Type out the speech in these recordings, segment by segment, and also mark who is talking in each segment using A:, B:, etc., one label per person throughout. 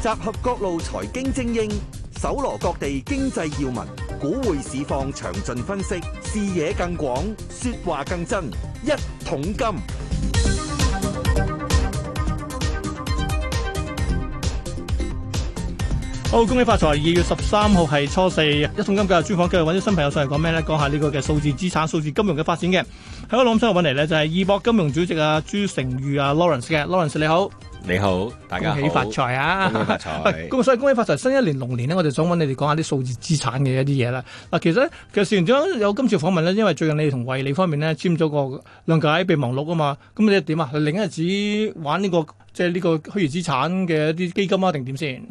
A: 集合各路財經精英，搜羅各地經濟要聞，股匯市況詳盡分析，視野更廣，說話更真。一桶金，
B: 好，恭喜發財！二月十三號係初四，一桶金嘅專訪，繼續揾啲新朋友上嚟講咩咧？講下呢個嘅數字資產、數字金融嘅發展嘅。喺我諗想揾嚟咧，就係易博金融主席啊朱成宇啊 Lawrence 嘅 Lawrence 你好。
C: 你好，大家好
B: 恭喜發財啊！
C: 恭喜 發財
B: 咁所以恭喜發財，新一年龍年呢，我就想揾你哋講下啲數字資產嘅一啲嘢啦。嗱，其實咧，其實事緣點有今次訪問咧？因為最近你哋同惠理方面咧簽咗個諒解備忘錄啊嘛。咁你點啊？另一日子玩呢、個即係呢個虛擬資產嘅一啲基金啊，定點先？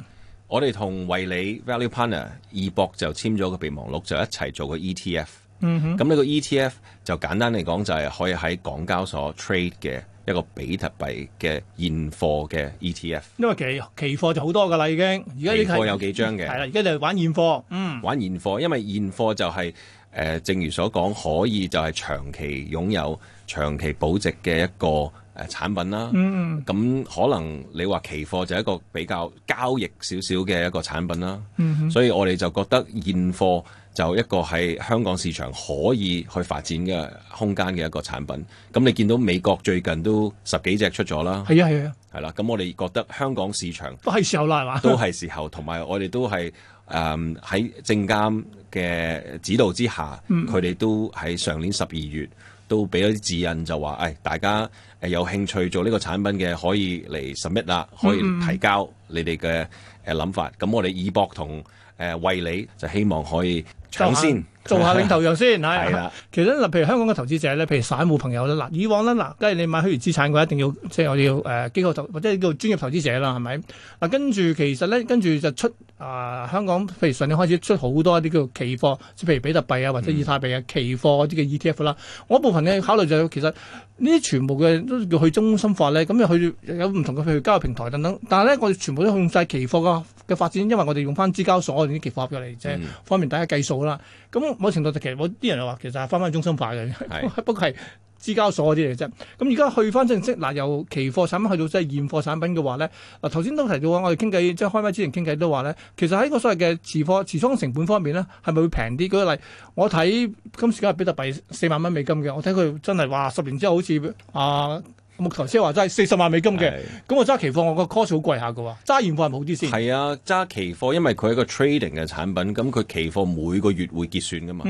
C: 我哋同惠理 Value Partner 易博就簽咗個備忘錄，就一齊做個 ETF。
B: 嗯哼，
C: 咁呢個 ETF 就簡單嚟講，就係可以喺港交所 trade 嘅一個比特幣嘅現貨嘅 E ETF。
B: 因為期期貨就好多噶啦，已經而家呢
C: 期貨有幾張嘅
B: 係啦，而家就玩現貨。嗯，
C: 玩現貨，因為現貨就係、呃正如所講，可以就係長期擁有、長期保值嘅一個誒、呃、產品啦。
B: 嗯
C: 咁、可能你話期貨就係一個比較交易少少嘅一個產品啦。
B: 嗯哼
C: 所以我哋就覺得現貨就一個喺香港市場可以去發展嘅空間嘅一個產品。咁你見到美國最近都十幾隻出咗啦，
B: 係啊係啊，
C: 係啦。咁我哋覺得香港市場
B: 都係時候啦，係嘛？
C: 都係時候，同埋我哋都係誒喺證監嘅指導之下，
B: 嗯
C: 佢哋、都喺上年十二月都俾咗啲指引，就話誒、哎大家誒有興趣做呢個產品嘅，可以嚟 submit 啦，可以
B: 嗯
C: 提交你哋嘅誒諗法。咁我哋以博同誒惠理就希望可以搶先
B: 做 下領頭羊先，係
C: 係啦
B: 其實咧嗱，譬如香港嘅投資者咧，譬如散戶朋友咧，嗱，以往咧嗱，梗係你買虛擬資產嘅話，一定要即係我哋要誒、呃、機構投或者叫專業投資者啦，係咪？嗱，跟住其實咧，跟住就出啊、香港譬如上年開始出好多一啲叫期貨，即係譬如比特幣啊或者以太幣啊期貨嗰啲嘅 ETF 啦。我一部分嘅考慮就係其實呢啲全部嘅都叫去中心化咧，咁又去有唔同嘅譬如交易平台等等，但係咧我哋全部都控制期貨嘅嘅發展，因為我哋用翻資交所我哋啲期貨合約嚟
C: 嗯
B: 啫，方便大家計數啦。咁某程度就其實我啲人又話其實係翻翻中心化嘅，
C: 係
B: 不過係 資交所嗰啲嚟啫。咁而家去翻正式嗱，由期貨產品去到即係現貨產品嘅話咧，嗱頭先都提到啊，我哋傾偈即係開咪之前傾偈都話咧，其實喺個所謂嘅持貨持倉成本方面咧，係咪會平啲？舉個例，我睇今時今日比特幣四萬蚊美金嘅，我睇佢真係話十年之後好似啊木頭先話齋四十萬美金嘅，
C: 係
B: 咁我揸期貨我個 cost 好貴下嘅喎，揸現貨係咪好啲先？
C: 係啊，揸期貨，因為佢係一個 trading 嘅產品，咁佢期貨每個月會結算噶嘛。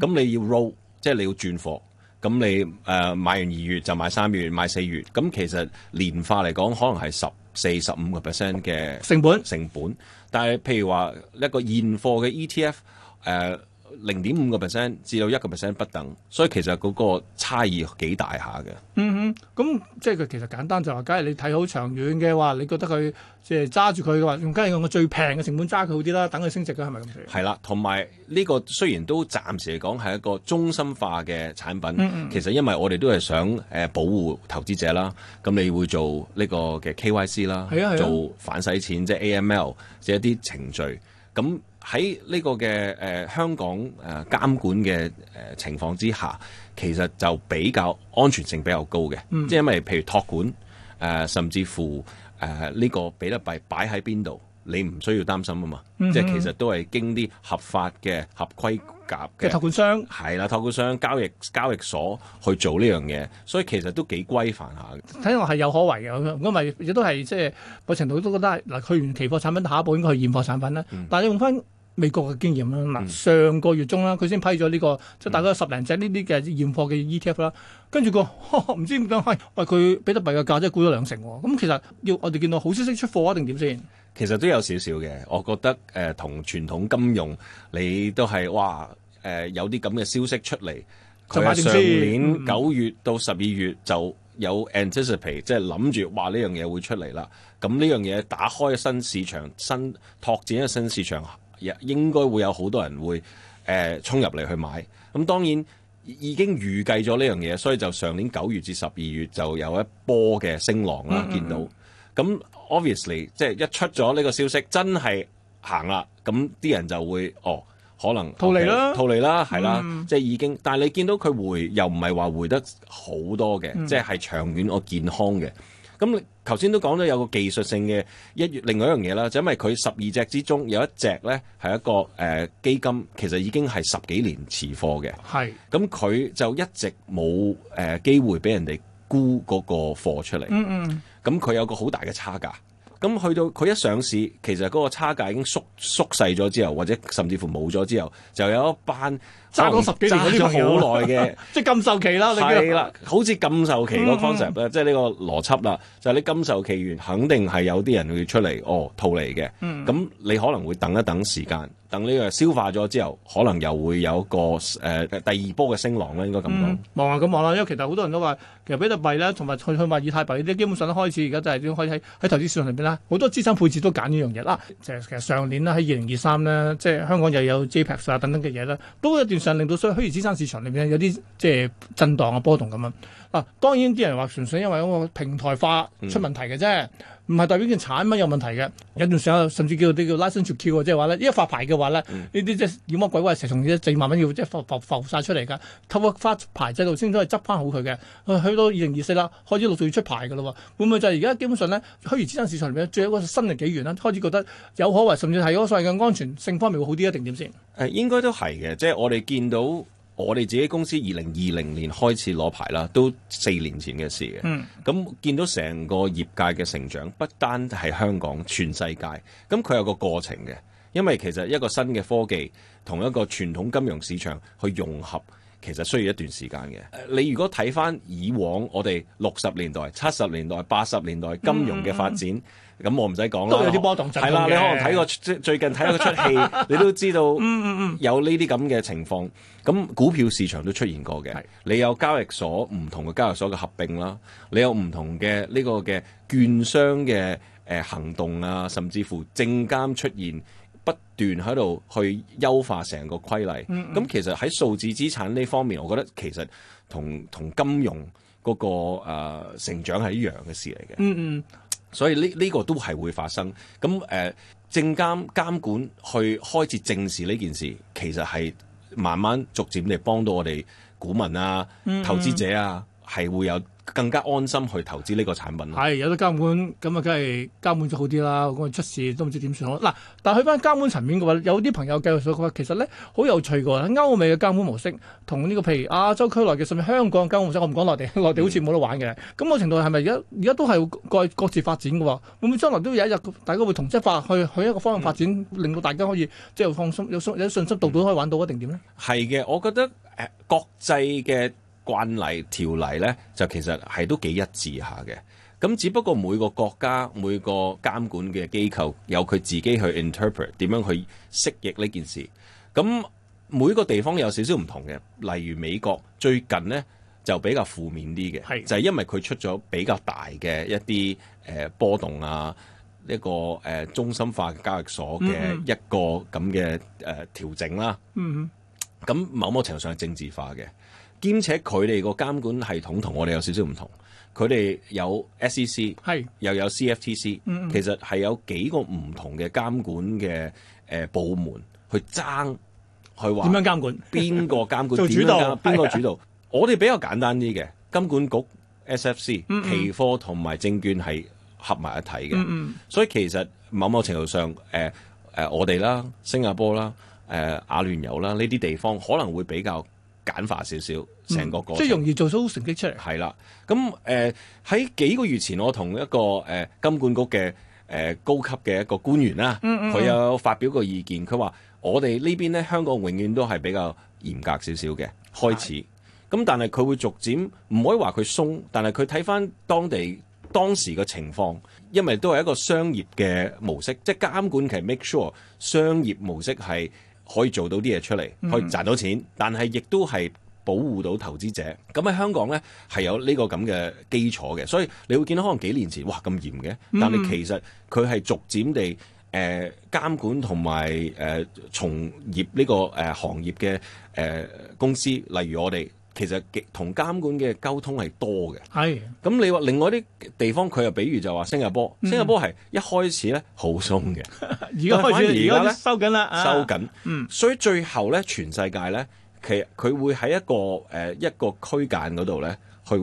C: 咁、你要 roll，即係你要轉貨。咁你誒、呃、買完二月就買三月，買四月。咁其實年化嚟講，可能係十四、十五個 percent 嘅
B: 成本
C: 成本。但係譬如話一個現貨嘅 E ETF，誒呃零點五個 percent 至到一個 percent 不等，所以其實嗰個差異幾大下嘅。
B: 嗯哼，咁即係佢其實簡單就話，梗係你睇好長遠嘅話，你覺得佢即係揸住佢嘅話，用梗係用個最平嘅成本揸佢好啲啦，等佢升值嘅係咪咁樣？
C: 係啦，同埋呢個雖然都暫時嚟講係一個中心化嘅產
B: 嗯
C: 品，其實因為我哋都係想誒、呃保護投資者啦，咁你會做呢個嘅 KYC 啦，
B: 係啊係啊
C: 做反洗錢即係 AML，即係一啲程序。咁喺呢個嘅誒、呃香港誒、呃、監管嘅誒、呃情況之下，其實就比較安全性比較高嘅，即係因為譬如託管誒、呃甚至乎誒呢、個比特幣擺喺邊度，你唔需要擔心啊嘛，即係其實都係經啲合法嘅合規格
B: 嘅託
C: 嘅。
B: 管商。
C: 係啦，透過商交易交易所去做呢樣嘢，所以其實都幾規範下嘅。
B: 睇落係有可為嘅，咁咁咪亦都係即係某程度都覺得係嗱，去完期貨產品，下一步應該去現貨產品啦。但係用翻美國嘅經驗啦，嗱、上個月中啦，佢先批咗呢、個即係大概有十零隻呢啲嘅現貨嘅 ETF 啦，跟住個 唔知點解，喂喂佢比特幣嘅價真係沽咗兩成喎，咁其實要我哋見到好消息出貨啊，定點先？
C: 其實都有少少嘅，我覺得誒同、傳統金融你都係哇誒、呃有啲咁嘅消息出嚟，
B: 就
C: 佢
B: 買
C: 係
B: 定
C: 上
B: 先
C: 年九月到十二月就有 anticipate，即係諗住哇呢樣嘢會出嚟啦。咁呢樣嘢打開新市場、新拓展嘅新市場，也應該會有好多人會誒、呃、衝入嚟去買。咁當然。已經預計咗呢樣嘢，所以就上年九月至十二月就有一波嘅升浪啦，見到。咁 obviously 即係一出咗呢個消息，真係行啦，咁啲人就會哦，可能
B: 套利啦
C: OK，套利啦，係啦，即係已經。但係你見到佢回又唔係話回得好多嘅，即係係長遠我健康嘅。咁你頭先都講咗有個技術性嘅一另外一樣嘢啦，就因為佢十二隻之中有一隻咧係一個誒、呃基金，其實已經係十幾年持貨嘅，
B: 係
C: 咁佢就一直冇誒、呃、機會俾人哋沽嗰個貨出嚟。
B: 嗯嗯
C: 咁佢有個好大嘅差價。咁去到佢一上市，其實嗰個差價已經縮縮細咗之後，或者甚至乎冇咗之後，就有一班
B: 揸咗十幾年嗰啲
C: 揸
B: 朋友
C: 咗好耐嘅。
B: 即係禁售期啦，你叫嗯
C: 係啦，好似禁售期嗰個 concept 啊咧，即係呢個邏輯啦，就係、你禁售期完，肯定係有啲人會出嚟哦套利嘅。咁、
B: 嗯
C: 你可能會等一等時間，等呢個消化咗之後，可能又會有一個誒、呃第二波嘅升浪啦，應該咁講。
B: 嗯，望下咁望啦，因為其實好多人都話，其實比特幣咧，同埋佢佢話以太幣呢啲，基本上都開始而家就係開始喺喺投資市場裏邊啦，好多資產配置都揀呢樣嘢啦。就係其實上年啦，喺二零二三咧，即係香港又有 JPEX 啊等等嘅嘢啦，都有一段上令到所以虛擬資產市場裏邊有啲即係震盪啊波動咁樣。嗱，啊當然啲人話純粹因為嗰個平台化出問題嘅啫，唔係代表件產品有問題嘅。有段時間甚至叫啲叫 license to kill 啊，即係話咧，一發牌嘅話咧，呢啲即係妖魔鬼怪蛇蟲即係慢慢要即係浮浮浮曬出嚟㗎。透過發牌制度先可以執翻好佢嘅。啊去到二零二四啦，開始陸續要出牌㗎啦喎，會唔會就係而家基本上咧虛擬資產市場裏面最有一個新嘅紀元啦？開始覺得有可為，甚至係嗰個所謂嘅安全性方面會好啲一啊定點先？
C: 誒呃應該都係嘅，即係我哋見到我哋自己公司二零二零年開始攞牌啦，都四年前嘅事嘅。
B: 嗯，
C: 咁見到成個業界嘅成長，不單係香港，全世界。咁佢有個過程嘅，因為其實一個新嘅科技同一個傳統金融市場去融合，其實需要一段時間嘅。呃你如果睇翻以往我哋六十年代、七十年代、八十年代金融嘅發展，咁、我唔使講啦，
B: 嗯都有啲波動震盪
C: 係啦，你可能
B: 嘅
C: 睇過最最近睇過出戲，你都知道。有呢啲咁嘅情況，咁股票市場都出現過嘅
B: 係。
C: 你有交易所唔同嘅交易所嘅合併啦，你有唔同嘅呢個嘅券商嘅誒、呃行動啊，甚至乎證監出現不斷喺度去優化成個規例。咁、其實喺數字資產呢方面，我覺得其實同同金融嗰、個、呃、成長係一樣嘅事嚟嘅。
B: 嗯嗯。
C: 所以呢呢、個都係會發生。咁誒、呃，證監監管去開始正視呢件事，其實係慢慢逐漸地幫到我哋股民啊、投資者啊，係會有更加安心去投資呢個產品咯。
B: 係有得監管，咁啊，梗係監管咗好啲啦。咁啊，出事都唔知點算好。嗱，但係去翻監管層面嘅話，有啲朋友繼續所講，其實咧好有趣嘅喎。歐美嘅監管模式同呢個譬如亞洲區內嘅，甚至香港嘅監管模式，我唔講 內地，內地好似冇得玩嘅。咁某程度係咪而家而家都係各各自發展嘅喎？會唔會將來都有一日大家會同質化去去一個方向發展，令到大家可以即係放心有信有信心度到可以玩到一定點咧？
C: 係嘅，我覺得誒、呃、國際嘅慣例條例呢，就其實係都幾一致下嘅。咁只不過每個國家每個監管嘅機構有佢自己去 interpret 點樣去適應呢件事。咁每個地方有少少唔同嘅，例如美國最近呢就比較負面啲
B: 係
C: 嘅，就係因為佢出咗比較大嘅一啲誒、呃波動啊，一個誒、呃中心化嘅交易所嘅一個咁嘅誒調整啦、
B: 嗯，
C: 咁某某程度上係政治化嘅，兼且佢哋個監管系統同我哋有少少唔同，佢哋有 SEC
B: 係
C: 又有 CFTC，
B: 嗯嗯
C: 其實係有幾個唔同嘅監管嘅誒、呃部門去爭去話
B: 點樣監管？
C: 邊個監管
B: 做主
C: 點樣
B: 導啊
C: 監邊個主導？我哋比較簡單啲嘅，金管局 SFC
B: 嗯嗯
C: 期貨同埋證券係合埋一體嘅。
B: 嗯嗯。
C: 所以其實某某程度上，誒、呃、誒、我哋啦、新加坡啦、誒、亞聯酋啦呢啲地方可能會比較簡化少少，成個過
B: 即
C: 程。
B: 係容易做出成績出嚟。
C: 係啦，咁誒喺幾個月前，我同一個誒、呃金管局嘅誒、呃高級嘅一個官員啦，佢、有發表過意見，佢話我哋呢邊咧香港永遠都係比較嚴格少少嘅開始，咁但係佢會逐漸唔可以話佢鬆，但係佢睇翻當地當時嘅情況，因為都係一個商業嘅模式，即係監管其實 make sure 商業模式係可以做到啲嘢出嚟，可以賺到錢，但係亦都係保護到投資者。咁喺香港呢，係有呢個咁嘅基礎嘅，所以你會見到可能幾年前哇咁嚴嘅，但係其實佢係逐漸地。誒、監管同埋誒從業呢、個誒、呃行業嘅誒、呃公司，例如我哋其實極同監管嘅溝通係多嘅。
B: 係
C: 咁你話另外啲地方，佢又比如就話新加坡，新加坡係一開始咧好鬆嘅，
B: 而家開始，
C: 反而而家
B: 而
C: 呢
B: 家收緊啦，啊
C: 收。緊，
B: 嗯
C: 所以最後咧全世界咧，其實佢會喺一個誒、呃一個區間嗰度咧去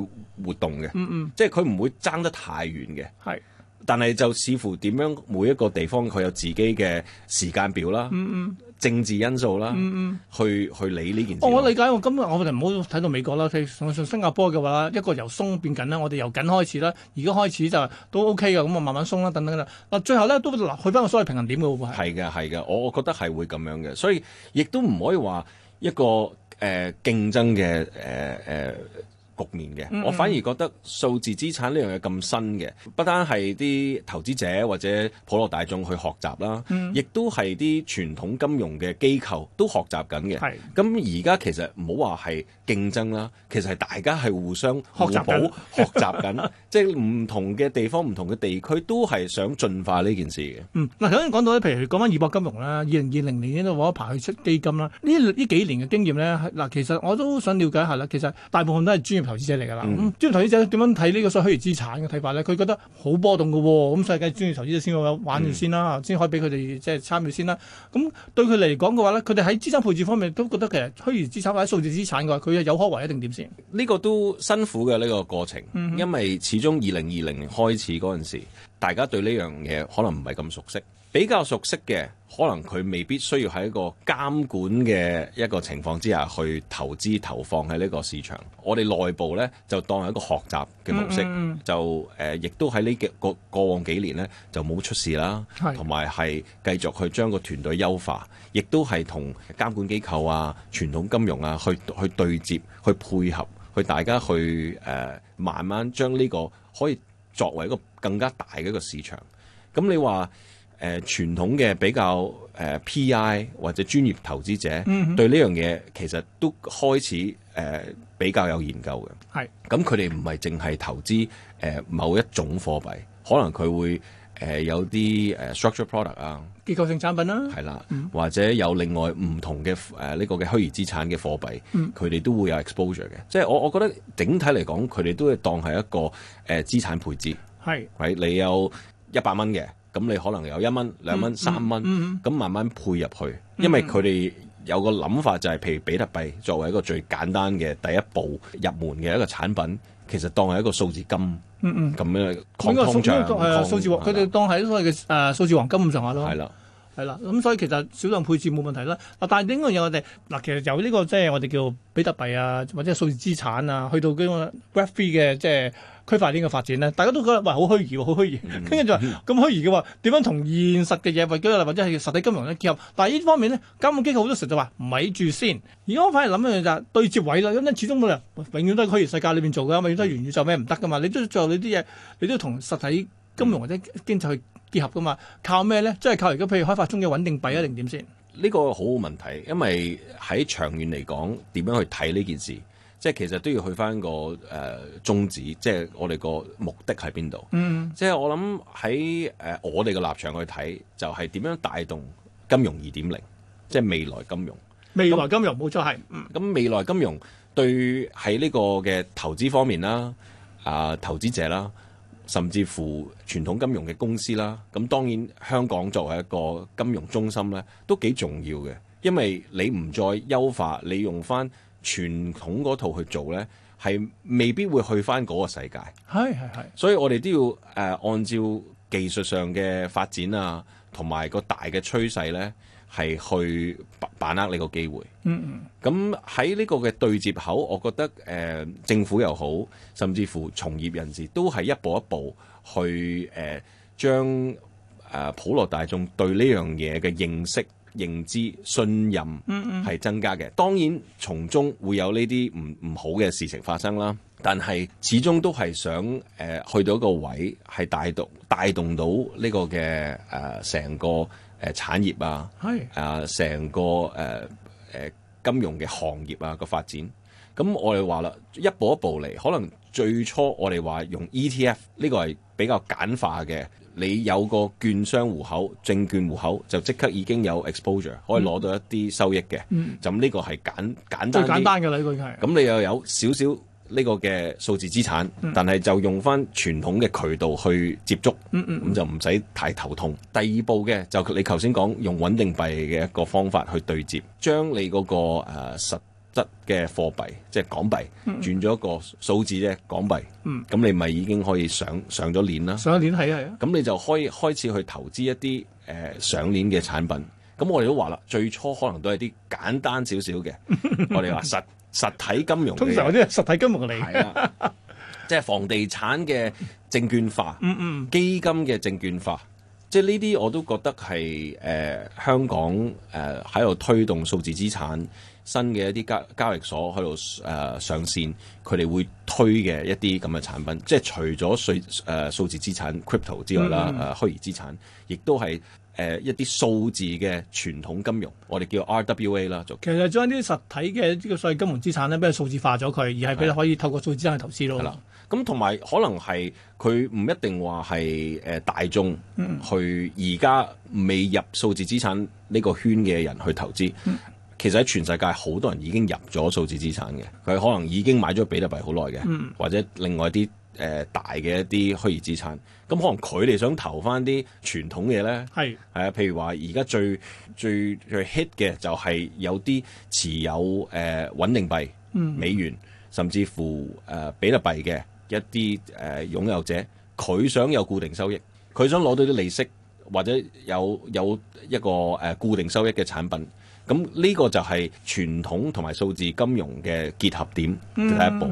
C: 活動嘅，
B: 嗯嗯，
C: 即係佢唔會爭得太遠嘅。
B: 係
C: 但係就視乎點樣每一個地方佢有自己嘅時間表啦，
B: 嗯嗯
C: 政治因素啦，
B: 嗯嗯。
C: 去去理呢件事
B: 哦
C: 咯。
B: 我理解，我今日我哋唔好睇到美國啦，譬如上上新加坡嘅話，一個由鬆變緊啦，我哋由緊開始啦，而家開始就都 OK 嘅，咁啊慢慢鬆啦，等等啦。嗱，最後咧都嗱去翻個所謂平衡點嘅會唔會係？
C: 係嘅，係嘅，我我覺得係會咁樣嘅，所以亦都唔可以話一個誒、呃、競爭嘅誒誒局面嘅。
B: 嗯嗯
C: 我反而覺得數字資產呢樣嘢咁新嘅，不單係啲投資者或者普羅大眾去學習啦，
B: 嗯
C: 亦都係啲傳統金融嘅機構都學習緊嘅。
B: 係
C: 咁而家其實唔好話係競爭啦，其實係大家係互相
B: 學
C: 互
B: 習緊
C: 補、學 習緊，即係唔同嘅地方、唔同嘅地區都係想進化呢件事嘅。
B: 嗯，嗱頭先講到咧，譬如講翻二博金融啦，二零二零年呢度攞一排去出基金啦，呢呢幾年嘅經驗咧，係嗱其實我都想了解下啦。其實大部分都係專業投資者嚟㗎啦。咁、
C: 嗯
B: 專業投資者點樣睇呢個所謂虛擬資產嘅睇法咧？佢覺得好波動㗎喎，咁所以梗係專業投資者先會玩住先啦，先、可以俾佢哋即係參與先啦。咁對佢嚟講嘅話咧，佢哋喺資產配置方面都覺得其實虛擬資產或者數字資產嘅話，佢係有可為一定點先？
C: 呢個都辛苦嘅呢、個過程，
B: 嗯
C: 因為始終二零二零年開始嗰陣時，大家對呢樣嘢可能唔係咁熟悉，比較熟悉嘅可能佢未必需要喺一個監管嘅一個情況之下去投資投放喺呢個市場。我哋內部呢，就當係一個學習嘅模式，
B: 嗯嗯嗯
C: 就誒、呃亦都喺呢幾個過往幾年呢，就冇出事啦，
B: 係
C: 同埋係繼續去將個團隊優化，亦都係同監管機構啊、傳統金融啊去去對接、去配合、去大家去誒、呃慢慢將呢個可以作為一個更加大嘅一個市場。咁你話誒、呃、傳統嘅比較誒、呃 PI 或者專業投資者、對呢樣嘢其實都開始誒、呃比較有研究嘅。
B: 係。
C: 咁佢哋唔係淨係投資誒、呃某一種貨幣，可能佢會誒、呃有啲誒、呃 structured product 啊，
B: 結構性產品啦，
C: 係啦，或者有另外唔同嘅誒呢個嘅虛擬資產嘅貨幣，佢哋都會有 exposure 嘅。即係我我覺得整體嚟講，佢哋都係當係一個誒、呃、資產配置。
B: 係
C: 係你有一百蚊嘅，咁你可能有一蚊、兩蚊、三蚊，
B: 嗯
C: 咁慢慢配入去，因為嗯佢哋有個諗法就係，譬如比特幣作為一個最簡單嘅第一步入門嘅一個產品，其實當係一個數字金
B: 嗯嗯，
C: 咁樣
B: 應
C: 抗
B: 該數
C: 通脹，
B: 誒數字黃，佢哋當係所謂嘅誒數字黃金咁上下咯。
C: 係啦，
B: 係啦，咁所以其實少量配置冇問題啦。嗱，但係呢樣嘢我哋嗱，其實由呢、個即係我哋叫比特幣啊，或者數字資產啊，去到嗰個 Web Three 嘅即係區塊鏈嘅發展咧，大家都覺得喂好虛擬喎，好虛擬。跟住就話咁虛擬嘅話，點樣同現實嘅嘢，或者或者係實體金融咧結合？但係呢方面咧，監管機構好多時就話咪住先。而家我反而諗一樣就係對接位啦，因為始終冇人永遠都喺虛擬世界裏邊做㗎，永遠都係元宇宙咩唔得㗎嘛。你都做你啲嘢，你都要同實體金融或者經濟去結合噶嘛？靠咩咧？即係靠而家譬如開發中嘅穩定幣啊，定點先？
C: 呢個好好問題，因為喺長遠嚟講，點樣去睇呢件事？即係其實都要去翻個誒、呃宗旨，即係我哋個目的喺邊度？
B: 嗯，
C: 即係我諗喺誒我哋嘅立場去睇，就係點樣帶動金融二點零，即係未來金融。
B: 未來金融冇錯係，嗯
C: 咁未來金融對喺呢個嘅投資方面啦，啊、投資者啦，甚至乎傳統金融嘅公司啦，咁當然香港作為一個金融中心咧，都幾重要嘅，因為你唔再優化，你用翻傳統嗰套去做咧，係未必會去翻嗰個世界。
B: 係係係，
C: 所以我哋都要誒、呃按照技術上嘅發展啊，同埋個大嘅趨勢呢，係去把把握呢個機會。
B: 嗯嗯
C: 咁喺呢個嘅對接口，我覺得誒、呃政府又好，甚至乎從業人士都係一步一步去誒、呃、將誒、呃普羅大眾對呢樣嘢嘅認識、認知、信任係增加嘅。當然，從中會有呢啲唔唔好嘅事情發生啦。但係始終都係想誒、呃去到一個位，係帶動帶動到呢個嘅誒成個誒、呃、產業啊。
B: 係。
C: 啊成個誒誒、呃金融嘅行業啊個發展。咁我哋話啦，一步一步嚟，可能最初我哋話用 ETF 呢個係比較簡化嘅，你有個券商戶口、證券戶口就即刻已經有 exposure，可以攞到一啲收益嘅。
B: 嗯
C: 咁呢個係簡簡
B: 最
C: 單
B: 簡
C: 啲。
B: 單嘅啦，呢個已經係。
C: 咁你又有少少呢個嘅數字資產，
B: 嗯
C: 但係就用翻傳統嘅渠道去接觸，咁、
B: 嗯
C: 就唔使太頭痛。第二步嘅就你頭先講用穩定幣嘅一個方法去對接，將你嗰、個誒、呃、實質嘅貨幣，即係港幣，轉咗個數字啫，港幣。
B: 嗯
C: 咁你咪已經可以上上咗鏈啦。
B: 上一年係啊係啊，
C: 咁你就可以開始去投資一啲誒、呃上鏈嘅產品。咁我哋都話啦，最初可能都係啲簡單少少 嘅，我哋話實實體金融嘅
B: 通
C: 嘢
B: 常嗰啲係實啊體金融嚟，
C: 係啦，即係房地產嘅證券化，
B: 嗯嗯，
C: 基金嘅證券化，即係呢啲我都覺得係誒、呃香港誒喺度推動數字資產新嘅一啲交交易所喺度誒上線，佢哋會推嘅一啲咁嘅產品，即係除咗數誒數字資產 crypto 之外
B: 嗯
C: 啦，誒、呃虛擬資產，亦都係誒一啲數字嘅傳統金融，我哋叫 RWA 啦，就
B: 其實將啲實體嘅呢個所謂金融資產咧，俾佢數字化咗佢，而係俾你可以透過數字資產去投資
C: 係
B: 咯
C: 啦。。咁同埋可能係佢唔一定話係誒大眾去而家未入數字資產呢個圈嘅人去投資。其實喺全世界好多人已經入咗數字資產嘅，佢可能已經買咗比特幣好耐嘅，或者另外啲誒、呃大嘅一啲虛擬資產。咁可能佢哋想投翻啲傳統嘢咧，
B: 係
C: 係啊，譬如話而家最最最 hit 嘅就係有啲持有誒、呃、穩定幣、
B: 嗯
C: 美元，甚至乎誒、呃比特幣嘅一啲誒、呃、擁有者，佢想有固定收益，佢想攞到啲利息或者有有一個誒、呃固定收益嘅產品。咁呢個就係傳統同埋數字金融嘅結合點，第
B: 嗯
C: 一步。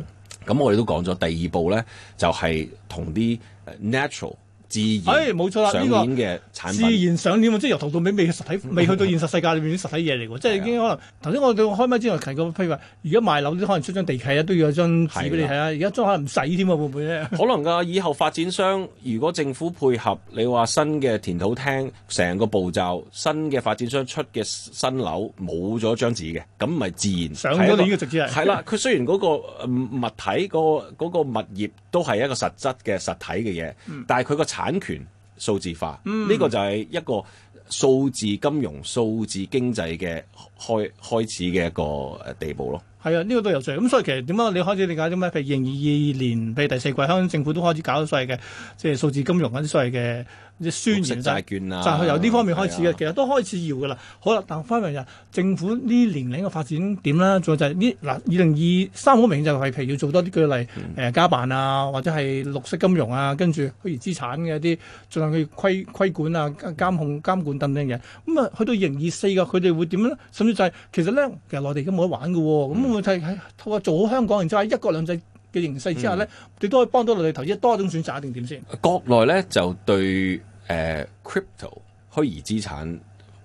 C: 咁、我哋都講咗，第二步呢，就係同啲呃 natural 自
B: 哎
C: 然
B: 冇錯啦
C: 上
B: 呢個
C: 鏈嘅產
B: 自
C: 品。
B: 然上鏈喎，即係由頭到尾未實 體，未去到現實世界裏面啲實體嘢嚟喎，
C: 啊
B: 即係已經可能頭先我哋開麥之前提過，譬如話而家賣樓啲可能出張地契啊，都要有張紙俾你睇啊，而家張可能唔使添啊，會唔會 咧？
C: 可能噶，以後發展商如果政府配合，你話新嘅填土廳成個步驟，新嘅發展商出嘅新樓冇咗張紙嘅，咁咪自然
B: 上咗
C: 係一個
B: 鏈嘅直接係
C: 係啦。佢雖然嗰個呃物體嗰、個嗰個物業都係一個實質嘅實體嘅嘢，
B: 嗯
C: 但係佢個產權數字化，呢、個就係一個數字金融、數字經濟嘅開開始嘅一個呃地步咯。
B: 係啊，呢、個都有趣。咁所以其實點解你開始理解啲咩？譬如二零二二年，譬如第四季，香港政府都開始搞所謂嘅即係數字金融嗰啲所謂嘅即係宣
C: 綠
B: 言
C: 色債券啊
B: 就係由呢方面開始
C: 係
B: 嘅
C: 啊，
B: 其實都開始要噶啦。好啦，但翻嚟又政府呢年齡嘅發展點啦，仲有就係呢嗱，二零二三好明顯就係譬如要做多啲舉例誒、
C: 嗯
B: 加辦啊，或者係綠色金融啊，跟住虛擬資產嘅一啲，儘量去規規管啊、監控監管等等嘅。咁啊，去到二零二四嘅佢哋會點咧？甚至就係、其實咧，其實內地都冇得玩嘅喎。咁
C: 嗯
B: 會睇喺透過做好香港，然之後喺一國兩制嘅形勢之下
C: 嗯
B: 咧，你都可以幫到內地投資多一種選擇，定點先？
C: 國內咧就對誒、呃 crypto 虛擬資產、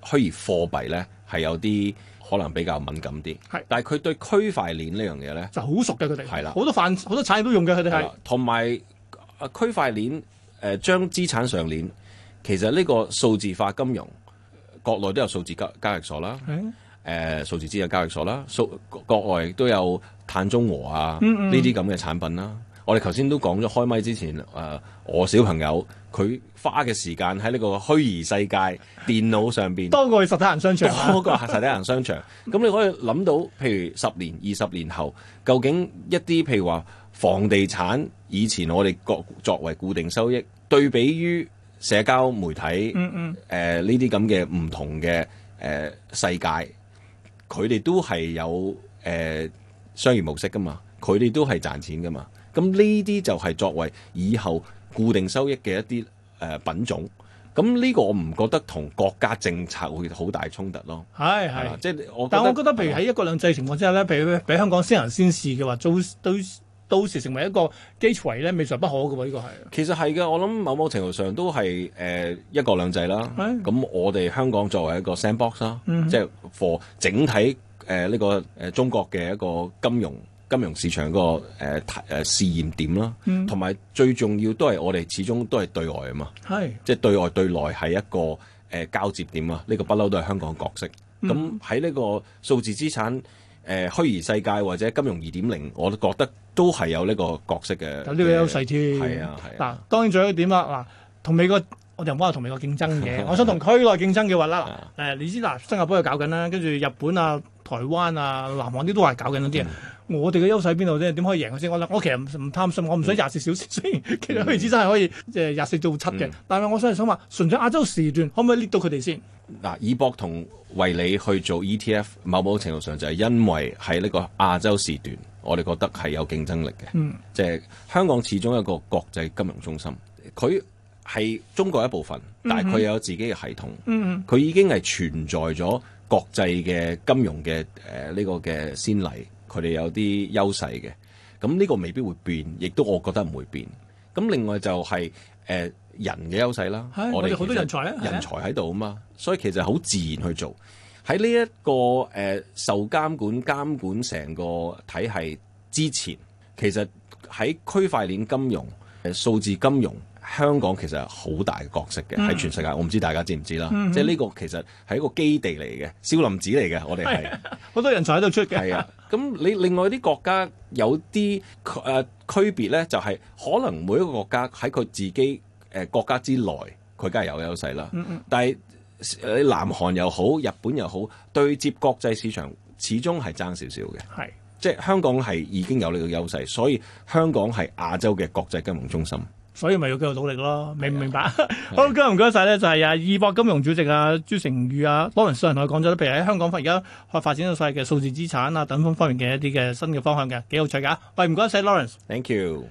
C: 虛擬貨幣咧係有啲可能比較敏感啲，
B: 係
C: 但係佢對區塊鏈呢樣嘢咧，
B: 就好熟嘅佢哋，
C: 係啦
B: 好多飯好多產業都用嘅佢哋
C: 係
B: 係
C: 啦。同埋啊區塊鏈誒、呃、將資產上鏈，其實呢個數字化金融，國內都有數字交交易所啦。
B: 係
C: 誒、呃數字資產交易所啦，數國國外都有碳中和啊
B: 嗯
C: 呢啲咁嘅產品啦。我哋頭先都講咗開咪之前，誒、我小朋友佢花嘅時間喺呢個虛擬世界電腦上邊，
B: 多過去實體人商場啊。
C: 多過實體 人商場。咁你可以諗到，譬如十年、二十年後，究竟一啲譬如話房地產以前我哋作作為固定收益，對比於社交媒體，
B: 嗯嗯，
C: 誒呢啲咁嘅唔同嘅誒、呃世界，佢哋都係有誒、呃商業模式噶嘛，佢哋都係賺錢噶嘛。咁呢啲就係作為以後固定收益嘅一啲誒、呃品種。咁呢個我唔覺得同國家政策會好大衝突咯，
B: 係
C: 係啦
B: 係。
C: 即係我
B: 但我覺得，譬如喺一國兩制情況之下咧，譬如俾香港先行先試嘅話，到到到時成為一個基礎咧，未嘗不可嘅喎。呢個係
C: 其實係嘅，我諗某某程度上都係誒、呃一國兩制啦。
B: 係嗯
C: 咁我哋香港作為一個 sandbox 啦，即係 for 整體誒呢、個誒、呃中國嘅一個金融金融市場嗰個誒提誒試驗點啦，
B: 嗯
C: 同埋、最重要都係我哋始終都係對外啊嘛。
B: 係
C: 即係對外對內係一個誒、呃交接點啊！呢、個不嬲都係香港嘅角色。
B: 嗯
C: 咁喺呢個數字資產誒、呃、虛擬世界或者金融二點零，我都覺得都係有呢個角色嘅
B: 有呢個優勢添。
C: 係啊係
B: 嗱
C: 啊，，
B: 當然仲有一點啦，嗱，同美國。我就唔好話同美國競爭 嘅，我想同區內競爭嘅話啦，啊誒你知嗱，新加坡又搞緊啦，跟住日本啊、台灣啊、南韓啲都係搞緊嗰啲嘢。
C: 嗯
B: 我哋嘅優勢邊度啫？點可以贏佢先？我我其實唔唔貪心，我唔想廿四小時 雖然其實佢哋資產係可以即係廿四到七嘅
C: 嗯，
B: 但係我想係想話，純粹亞洲時段可唔可以 lift 到佢哋先？
C: 嗱，以博同為你去做 ETF，某某程度上就係因為喺呢個亞洲時段，我哋覺得係有競爭力嘅。
B: 嗯，
C: 即係香港始終一個國際金融中心，佢係中國一部分，但係佢有自己嘅系統。
B: 嗯
C: 佢已經係存在咗國際嘅金融嘅誒呢個嘅先例，佢哋有啲優勢嘅。咁呢個未必會變，亦都我覺得唔會變。咁另外就係、誒、人嘅優勢啦，
B: 係我哋好多
C: 其實
B: 人才啊係啊
C: 人才喺度啊嘛，所以其實好自然去做。喺呢一個誒、受監管監管成個體系之前，其實喺區塊鏈金融、誒數字金融，香港其實係好大嘅角色嘅，喺、全世界，我唔知大家知唔知啦。即係呢個其實係一個基地嚟嘅，少林寺嚟嘅，我哋係。
B: 好多人才喺度出嘅，
C: 係啊，咁你另外啲國家有啲誒、呃、區別咧，就係、可能每一個國家喺佢自己誒、呃、國家之內，佢梗係有優勢啦。但係呃你南韓又好，日本又好，對接國際市場始終係爭少少嘅。
B: 係
C: 即係香港係已經有呢個優勢，所以香港係亞洲嘅國際金融中心。
B: 所以咪要繼續努力咯，明唔明白？ 好，今日唔該晒咧，就係啊，易博金融主席啊朱成宇啊，羅文信同我講咗啦，譬如喺香港而家可發展到晒嘅數字資產啊等方方面嘅一啲嘅新嘅方向嘅，幾有趣㗎。喂，唔該晒，Lawrence。
C: Thank you。